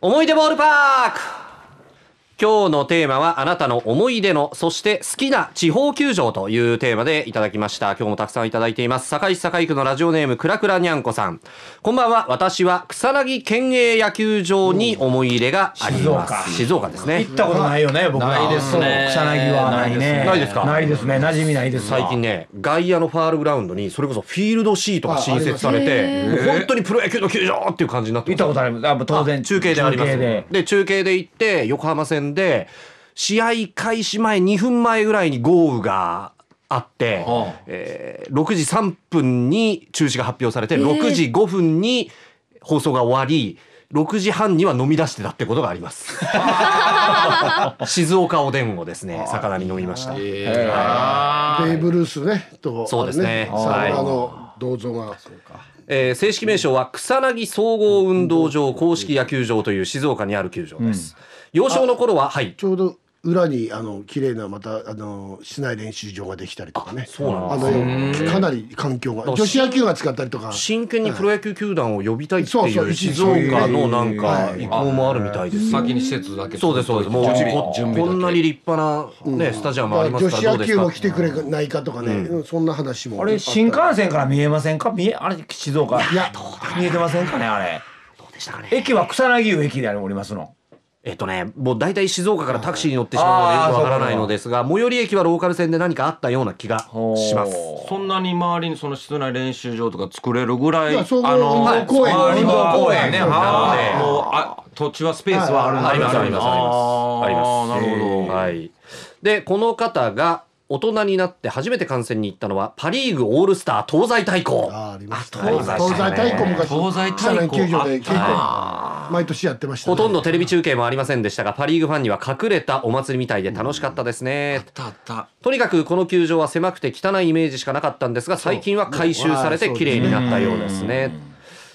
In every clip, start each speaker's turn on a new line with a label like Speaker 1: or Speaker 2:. Speaker 1: 思い出ボールパーク今日のテーマはあなたの思い出のそして好きな地方球場というテーマでいただきました今日もたくさんいただいています堺市堺区のラジオネームくらくらにゃんこさんこんばんは私は草薙県営野球場に思い入れがあります静岡ですね
Speaker 2: 行ったことないよね、僕は。
Speaker 3: ないで
Speaker 2: そ
Speaker 3: すね
Speaker 2: う草薙はないね。
Speaker 1: ないですか
Speaker 2: ないですね。馴染みないですわ。
Speaker 1: 最近ね外野のファールグラウンドにそれこそフィールドシートが新設されてもう本当にプロ野球の球場っていう感じになって
Speaker 2: 行っ
Speaker 1: ます
Speaker 2: たことある。あ当然。
Speaker 1: 中継であります
Speaker 2: 中継で
Speaker 1: で中継で行って横浜戦で試合開始前2分前ぐらいに豪雨があって、
Speaker 3: はあ
Speaker 1: えー6時3分に中止が発表されて、
Speaker 4: ええ
Speaker 1: 6時5分に放送が終わり6時半には飲み出してたってことがあります静岡おでんをですね魚に飲みました、
Speaker 3: え
Speaker 5: ベーブ・ルースねと
Speaker 1: そうですね
Speaker 5: あれ
Speaker 1: はい
Speaker 5: あの銅像がそうか
Speaker 1: えー正式名称は草薙総合運動場公式野球場という静岡にある球場です、幼少の頃ははい
Speaker 5: ちょうど裏にあの綺麗なまたあの室内練習場ができたりとかね
Speaker 1: そうなんです
Speaker 5: あのかなり環境が女子野球が使ったりとか
Speaker 1: 真剣にプロ野球球団を呼びたいって
Speaker 5: そう
Speaker 1: い
Speaker 5: そうう
Speaker 1: 静岡のなんか
Speaker 5: はい
Speaker 1: 意向もあるみたいです
Speaker 3: ー
Speaker 1: よ。
Speaker 3: 先に施設だけ
Speaker 1: そうですそうです。もううちこ
Speaker 3: 準備
Speaker 1: こんなに
Speaker 3: だけ
Speaker 1: 立派なねスタジアムありま
Speaker 5: 女
Speaker 1: すからどうで
Speaker 5: 子野
Speaker 1: す
Speaker 5: 球
Speaker 1: か
Speaker 5: も。来てくれないかとかね、うんそんな話も
Speaker 2: あれ、新幹線から見えませんか見え、あれ、静岡。いや、見えてませんかね、あれ。
Speaker 1: どうでしたかね。
Speaker 2: 駅は草薙湯駅でありおりますの。
Speaker 1: えっとね、もう大体静岡からタクシーに乗ってしまうのでよくわからないのですが、最寄り駅はローカル線で何かあったような気がします。
Speaker 3: そんなに周りにその室内練習場とか作れるぐらい
Speaker 5: いや総合運動公園
Speaker 3: 周りは
Speaker 2: 運動公園ね
Speaker 3: なので
Speaker 2: はい
Speaker 3: もうあ土地はスペースはあるんだ
Speaker 1: ありますありますあります
Speaker 3: あーなるほど
Speaker 1: はい。でこの方が大人になって初めて観戦に行ったのはパ・リーグオールスター東西対抗。
Speaker 5: あありました
Speaker 1: あ
Speaker 5: ね
Speaker 1: りましたね
Speaker 5: 東西対抗昔
Speaker 3: 東西
Speaker 5: 草
Speaker 3: 対
Speaker 5: 薙
Speaker 3: 抗
Speaker 5: 球場で結
Speaker 3: あ
Speaker 5: 構毎年やってました、ね、
Speaker 1: ほとんどテレビ中継もありませんでしたが、パ・リーグファンには隠れたお祭りみたいで楽しかったですね。
Speaker 3: たあった
Speaker 1: とにかくこの球場は狭くて汚いイメージしかなかったんですが、最近は改修されて綺麗になったようですね。えー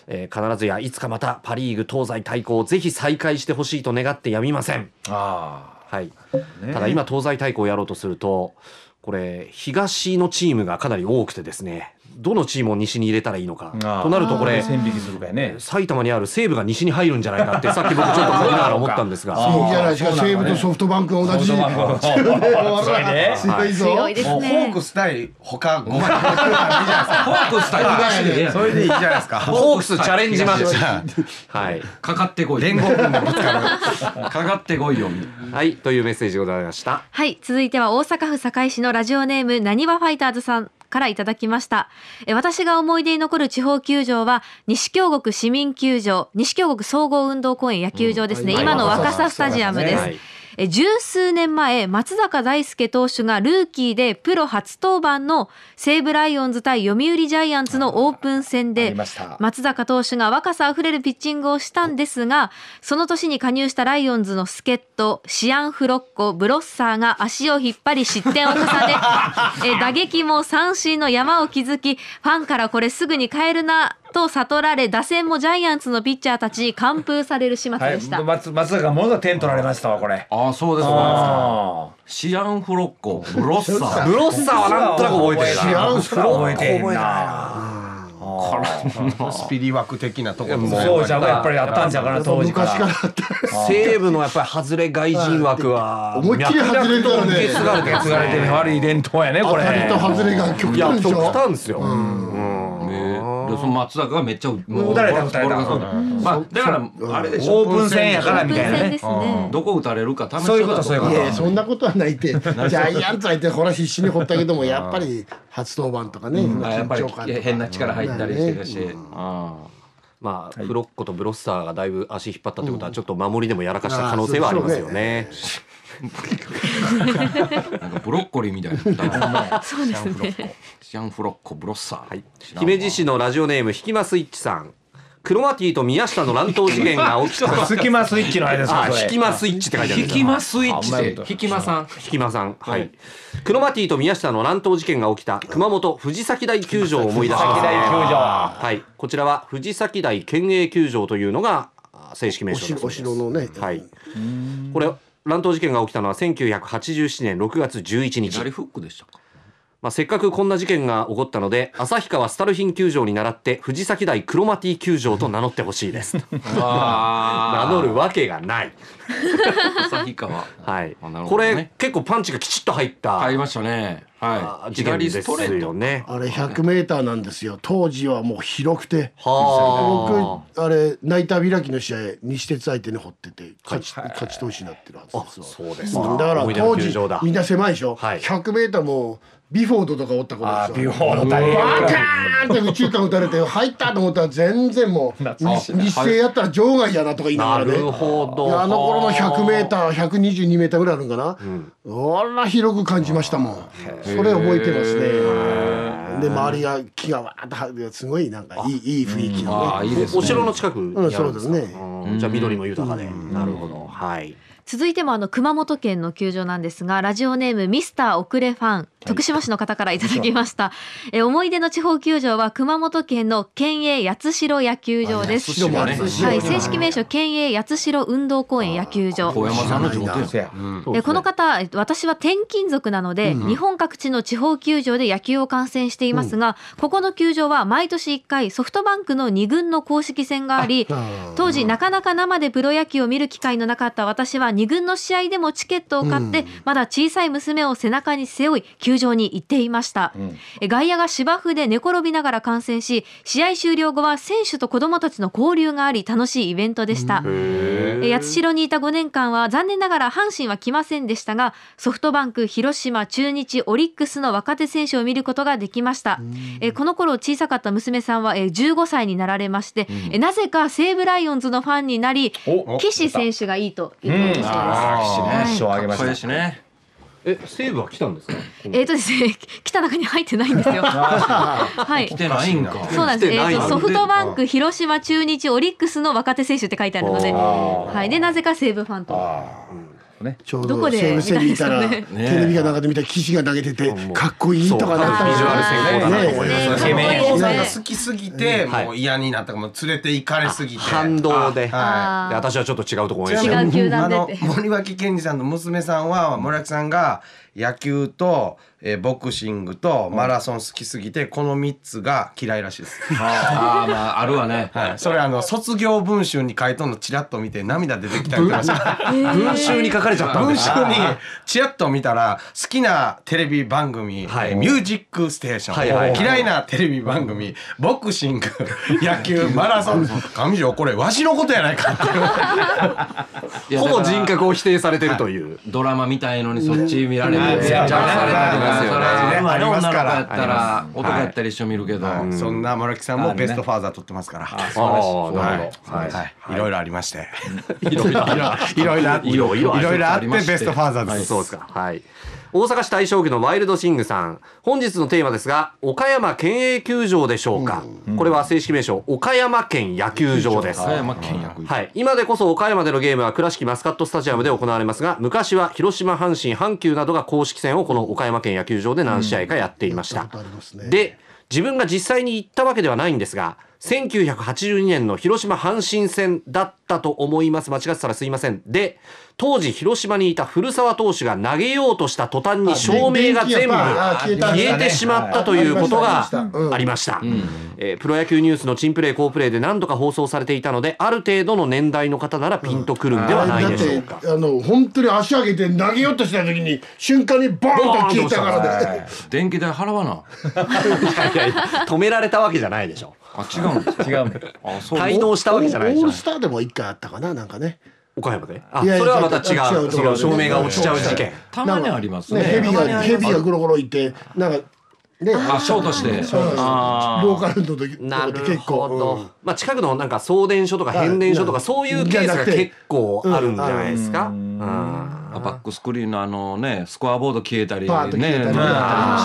Speaker 1: 必ずやいつかまたパ・リーグ東西対抗をぜひ再開してほしいと願ってやみません。
Speaker 2: あ
Speaker 1: はい、ただ今東西対抗やろうとするとこれ東のチームがかなり多くてですねどのチームを西に入れたらいいのか
Speaker 2: あー
Speaker 1: となるとこれ
Speaker 2: 線引きするかやね。
Speaker 1: 埼玉にある西武が西に入るんじゃないかってさっき僕ちょっと思いながら思ったんですが。
Speaker 5: いいじゃないですか西武とソフトバンクが同じ
Speaker 2: ソフトバンクが
Speaker 5: 強いね 強いぞ
Speaker 4: 強いです
Speaker 6: もうホー
Speaker 4: ね
Speaker 6: クス対他5枚いいじゃ
Speaker 3: ホークス対東で
Speaker 6: ないですかそれでいいじゃないですか
Speaker 1: ホークスチャレンジマッチ。はい。
Speaker 3: かかってこい連合軍もぶつかるかかってこいよみたいな
Speaker 1: はい。というメッセージでございました。
Speaker 4: はい続いては大阪府堺市のラジオネームなにわファイターズさんからいただきましたえ私が思い出に残る地方球場は西京極市民球場西京極総合運動公園野球場ですね、
Speaker 1: うん
Speaker 4: 今の若狭スタジアムです、
Speaker 1: はい
Speaker 4: え十数年前松坂大輔投手がルーキーでプロ初登板の西武ライオンズ対読売ジャイアンツのオープン戦で松坂投手が若さあふれるピッチングをしたんですがその年に加入したライオンズの助っ人シアン・フロッコブロッサーが足を引っ張り失点を 重ねえ打撃も三振の山を築きファンからこれすぐに変えるなと悟られ打線もジャイアンツのピッチャーたちに完封される始末
Speaker 2: はい
Speaker 4: でした。、
Speaker 2: 松松坂もが点取られましたわ、これ。
Speaker 3: ああそうですか
Speaker 2: あ
Speaker 3: シアンフロッコブロッサー
Speaker 1: ブロッサーはなんとなく覚えてるな。
Speaker 5: 知らんす
Speaker 2: あ。
Speaker 5: か
Speaker 2: 覚えてんな。
Speaker 6: スピリ枠的なところも
Speaker 2: そうじゃうやっぱりあったんじゃうから当時から。
Speaker 5: 昔からあった
Speaker 1: 西武のやっぱり外れ外人枠は。
Speaker 5: 思いっきり外れるから
Speaker 1: 脈々と
Speaker 5: ね
Speaker 1: 受け継がれてます
Speaker 2: 受け継がれてる悪い伝統やねこ
Speaker 5: 当
Speaker 2: れ。
Speaker 5: たりと外れが極
Speaker 1: いや
Speaker 5: 端でし
Speaker 1: 極
Speaker 5: ょ
Speaker 1: 端ですよ。
Speaker 3: ねでその松坂がめっちゃも
Speaker 2: 打たれた打たれた
Speaker 3: ボールがそうだまあだからあれでしょ
Speaker 2: オープン戦やからみたいな
Speaker 4: オープン戦
Speaker 2: ね
Speaker 4: です。ね
Speaker 3: どこ打たれるか試し
Speaker 2: そういうことそういうこ
Speaker 5: い
Speaker 2: と
Speaker 5: やそんなことはないって ジャイアンツ相手ほら必死に掘ったけどもやっぱり初登板とかね、
Speaker 3: あやっ
Speaker 5: 緊
Speaker 3: ぱり
Speaker 5: 張感とか
Speaker 3: 変な力入ったりしてたし、
Speaker 1: まあ、フロッコとブロッサーがだいぶ足引っ張ったってことは、ちょっと守りでもやらかした可能性はありますよね。
Speaker 3: なんかブロッコリーみたいな。そうですね。シアンフロッコブロッサー。はい。
Speaker 1: 姫路市のラジオネーム、ひきますいっちさん。クロマティと宮下の乱闘事件が起き た。
Speaker 2: 隙間スイッチの間ですか
Speaker 1: あ、
Speaker 2: それ。
Speaker 1: ひきますいっちって書いてある。
Speaker 3: 引きまスイッチ
Speaker 2: あお前
Speaker 3: で
Speaker 2: のこと
Speaker 3: 引きまさん。
Speaker 1: ひきまさん、はい。クロマティと宮下の乱闘事件が起きた熊本藤崎大球場を思い出します、ね。
Speaker 2: 大球場。
Speaker 1: はい、こちらは藤崎大県営球場というのがあ正式名
Speaker 5: お
Speaker 1: 称
Speaker 5: 城
Speaker 1: だそう
Speaker 5: お
Speaker 1: です。
Speaker 5: 城のね、
Speaker 1: はい。これ乱闘事件が起きたのは1987年6月11日
Speaker 3: 左。フックでしたか。
Speaker 1: まあ、せっかくこんな事件が起こったので旭川スタルヒン球場に倣って藤崎台クロマティ球場と名乗ってほしいです 名
Speaker 3: 名
Speaker 1: 乗るわけがない、
Speaker 3: 旭川
Speaker 1: はい
Speaker 3: あなる
Speaker 1: こ
Speaker 3: ほどね
Speaker 1: れ結構パンチがきちっと入った、
Speaker 3: 入りましたねは
Speaker 1: あ
Speaker 3: い
Speaker 1: 事件で
Speaker 3: 左ス
Speaker 1: す
Speaker 3: トレー
Speaker 1: よ
Speaker 3: ト
Speaker 1: ね。
Speaker 5: あれ100メーターなんですよ当時はもう広くて僕
Speaker 1: は
Speaker 5: あれナイター開きの試合西鉄相手に掘ってて勝ち,、勝ち投手になってるはず
Speaker 1: あ。あ
Speaker 5: ですわ
Speaker 1: そうです
Speaker 5: うんだから
Speaker 1: 思い出の
Speaker 5: 当
Speaker 1: 球
Speaker 5: 時
Speaker 1: 場だ。
Speaker 5: みんな狭いでしょ、
Speaker 1: はい
Speaker 5: 100メーターもビフォードとかおったことですよ
Speaker 2: ビフォード大変
Speaker 5: バカーンって宇宙間打たれて入ったと思ったら全然もう
Speaker 2: 懐か
Speaker 5: 日日生やったら場外やなとか言いなが
Speaker 1: な
Speaker 5: らね
Speaker 1: るほ
Speaker 5: い
Speaker 1: ど。
Speaker 5: やあの頃の100メーター122メーターぐらいあるんかな、あら広く感じましたもんそれ覚えてますねで周りが木がわーっとはすごいなんかいいいい雰囲気
Speaker 3: あ
Speaker 5: の
Speaker 3: あ
Speaker 5: ね
Speaker 3: いいです
Speaker 1: お
Speaker 3: ね
Speaker 1: 城の近くにあ
Speaker 5: う
Speaker 1: るん
Speaker 5: ん
Speaker 1: です
Speaker 5: そ
Speaker 1: か
Speaker 5: うですね
Speaker 1: うんじゃあ緑も豊かで。なるほど。はい。
Speaker 4: 続いてもあの熊本県の球場なんですがラジオネームミスター遅れファン徳島市の方からいただきました、え思い出の地方球場は熊本県の県営八代野球場です
Speaker 5: 白も
Speaker 3: 八代
Speaker 5: 厚いし
Speaker 4: はい、正式名称県営八代運動公園野球場
Speaker 3: 小山さんの地元
Speaker 2: せ
Speaker 3: や
Speaker 2: や
Speaker 3: うん
Speaker 4: えこの方え私は転勤族なので、日本各地の地方球場で野球を観戦していますが、ここの球場は毎年1回ソフトバンクの2軍の公式戦があり当時なかなか生でプロ野球を見る機会のなかった私は2軍の試合でもチケットを買って、まだ小さい娘を背中に背負い球場に行っていました、え外野が芝生で寝転びながら観戦し試合終了後は選手と子どもたちの交流があり楽しいイベントでした、えー八代にいた5年間は残念ながら阪神は来ませんでしたがソフトバンク広島中日オリックスの若手選手を見ることができました、えーこの頃小さかった娘さんは、えー15歳になられまして、えーなぜか西武ライオンズのファンになり
Speaker 2: お
Speaker 4: 岸選手がいいと言っているそうです、
Speaker 3: あ
Speaker 2: あー
Speaker 3: あ岸
Speaker 2: 一
Speaker 3: ね
Speaker 2: 生あげました
Speaker 3: かっこいいですね
Speaker 1: え西武は来たんですか。
Speaker 4: えーとですね 来た中に入ってないんですよはい
Speaker 3: 来てないんか
Speaker 4: そうなんです。え
Speaker 1: 来てない
Speaker 4: ー
Speaker 1: の
Speaker 4: とソフトバンク、広島、中日、オリックスの若手選手って書いてあるので、はい。でなぜか西武ファンと。
Speaker 5: ちょう
Speaker 4: どこ
Speaker 5: ど
Speaker 4: で
Speaker 5: 西武戦にいたら
Speaker 4: 見た
Speaker 5: テ
Speaker 4: んです
Speaker 3: ね
Speaker 5: レビが中で見た岸が投げててかっこいいとかなった
Speaker 1: ビジュアル成功だなと思いま
Speaker 4: ね
Speaker 1: す
Speaker 4: ね
Speaker 6: イケ
Speaker 1: ね。
Speaker 6: メンをなんか
Speaker 4: ね
Speaker 6: 好きすぎて、
Speaker 1: はい
Speaker 6: もう嫌になったかも連れて行かれすぎて
Speaker 1: 反動で。で
Speaker 6: は
Speaker 4: あー
Speaker 1: 私はちょっと違うとこ応
Speaker 6: い
Speaker 1: 援してる
Speaker 4: 違う球団で
Speaker 6: あの森脇健児さんの娘さんは森脇さんが野球と、えーボクシングとマラソン好きすぎてこの3つが嫌いらしいです、
Speaker 3: ああまああるわね
Speaker 6: はい、それあの卒業文集に書いとんのチラッと見て涙出てきたりとかした
Speaker 1: 文集に書かれちゃったんで
Speaker 6: 文
Speaker 1: す
Speaker 6: 章。にチラッと見たら好きなテレビ番組「
Speaker 1: はい
Speaker 6: えーミュージックステーション」
Speaker 1: はいはいはい
Speaker 6: 嫌いなテレビ番組「ボクシング」「野球」「マラソン」「上条これわしのことやないか」って
Speaker 3: いや
Speaker 1: ほぼ
Speaker 3: だから
Speaker 1: 人格を否定されてるという。
Speaker 3: ドラマみたいのにそっち見られる
Speaker 6: うん
Speaker 3: ジャッジされたりと
Speaker 1: あー
Speaker 3: かそれは
Speaker 6: まあありま
Speaker 3: 女
Speaker 6: す
Speaker 3: の子
Speaker 6: から
Speaker 3: やったら男やったり一緒に見るけど
Speaker 6: はいそんな村木さんもベストファーザー取ってますから。はい
Speaker 1: ああなるほど。
Speaker 6: はいはい、いろいろありまして、
Speaker 1: いろいろ
Speaker 6: いろいろあって、い
Speaker 1: いろ
Speaker 6: ろ
Speaker 1: い
Speaker 6: い
Speaker 1: ろ
Speaker 6: ろ
Speaker 1: ありまして
Speaker 6: あってベストファーザー
Speaker 1: は
Speaker 6: で
Speaker 1: い、
Speaker 6: す。
Speaker 1: そうですか。はい。大阪市大正区のワイルドシングさん。本日のテーマですが、岡山県営球場でしょうか。これは正式名称、岡山県野球場です。
Speaker 3: 岡山県役
Speaker 1: はい、今でこそ岡山でのゲームは倉敷マスカットスタジアムで行われますが昔は広島阪神阪急などが公式戦をこの岡山県野球場で何試合かやっていました、で自分が実際に行ったわけではないんですが1982年の広島阪神戦だったと思います間違ってたらすいませんで当時広島にいた古澤投手が投げようとした途端に照明が全部
Speaker 5: あ電気がパーンあ消えたんです
Speaker 1: 消
Speaker 5: か
Speaker 1: え
Speaker 5: ね
Speaker 1: てしまったということが
Speaker 5: うん
Speaker 1: ありました、えープロ野球ニュースのチンプレー好プレーで何度か放送されていたのである程度の年代の方ならピンとくるんではない
Speaker 5: だ
Speaker 1: で
Speaker 5: っ
Speaker 1: しょ
Speaker 5: て
Speaker 1: うか、
Speaker 5: あの本当に足上げて投げようとした時に瞬間にボーンと消えたからね
Speaker 3: 電気代払わない
Speaker 1: やいや止められたわけじゃないでしょ
Speaker 3: あ違うんです
Speaker 2: 違う
Speaker 3: あそう
Speaker 1: 滞納したわけじゃないで
Speaker 5: オ
Speaker 1: し
Speaker 5: ー
Speaker 1: ょ
Speaker 5: ルスターでも一回あったかななんかね
Speaker 1: 岡山であ
Speaker 5: いやいや
Speaker 1: それはまた違う
Speaker 5: 違う違う
Speaker 1: 違う照明が落ちちゃう事件
Speaker 3: たまにあります
Speaker 5: ね
Speaker 3: ね
Speaker 5: ヘビがヘビがゴロゴロいてなんかね
Speaker 3: あショートしてあー
Speaker 5: ローカルの時
Speaker 1: なる
Speaker 5: 結
Speaker 1: ほど、
Speaker 5: 構
Speaker 1: まあ、近くのなんか送電所とか変電所とかそういうケースが結構あるんじゃないですか、うん
Speaker 3: バックスクリーンのあのねスコアボード消えたりね
Speaker 5: パーッと消えたり
Speaker 3: なったりもし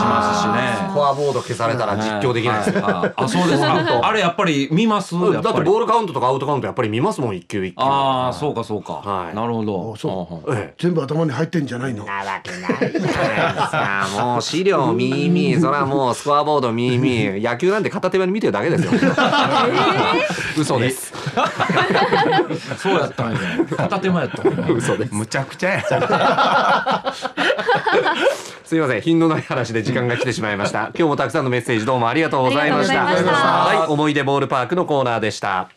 Speaker 3: ますしね
Speaker 1: フォアボード消されたら実況できないですよ、
Speaker 3: ああ そうですかあれやっぱり見ます
Speaker 1: だ
Speaker 3: や
Speaker 1: っ
Speaker 3: ってぱり
Speaker 1: ボールカウントとかアウトカウントやっぱり見ますもん一球一球
Speaker 3: ああそうかそうか
Speaker 1: はい
Speaker 3: なるほどそう
Speaker 1: ええ
Speaker 5: 全部頭に入ってんじゃないの
Speaker 1: なわけないじゃないですか。もう資料みーみー、それはもうスコアボードみーみ ー、野球なんて片手間に見てるだけですよ。 嘘です。
Speaker 3: そうやったんや 片手間やったんや
Speaker 1: 嘘です。
Speaker 6: むちゃくちゃや。
Speaker 1: すいません品のない話で時間が来てしまいました今日もたくさんのメッセージどうもありがとうございました
Speaker 4: ありがとうございました
Speaker 1: はい思い出ボールパークのコーナーでした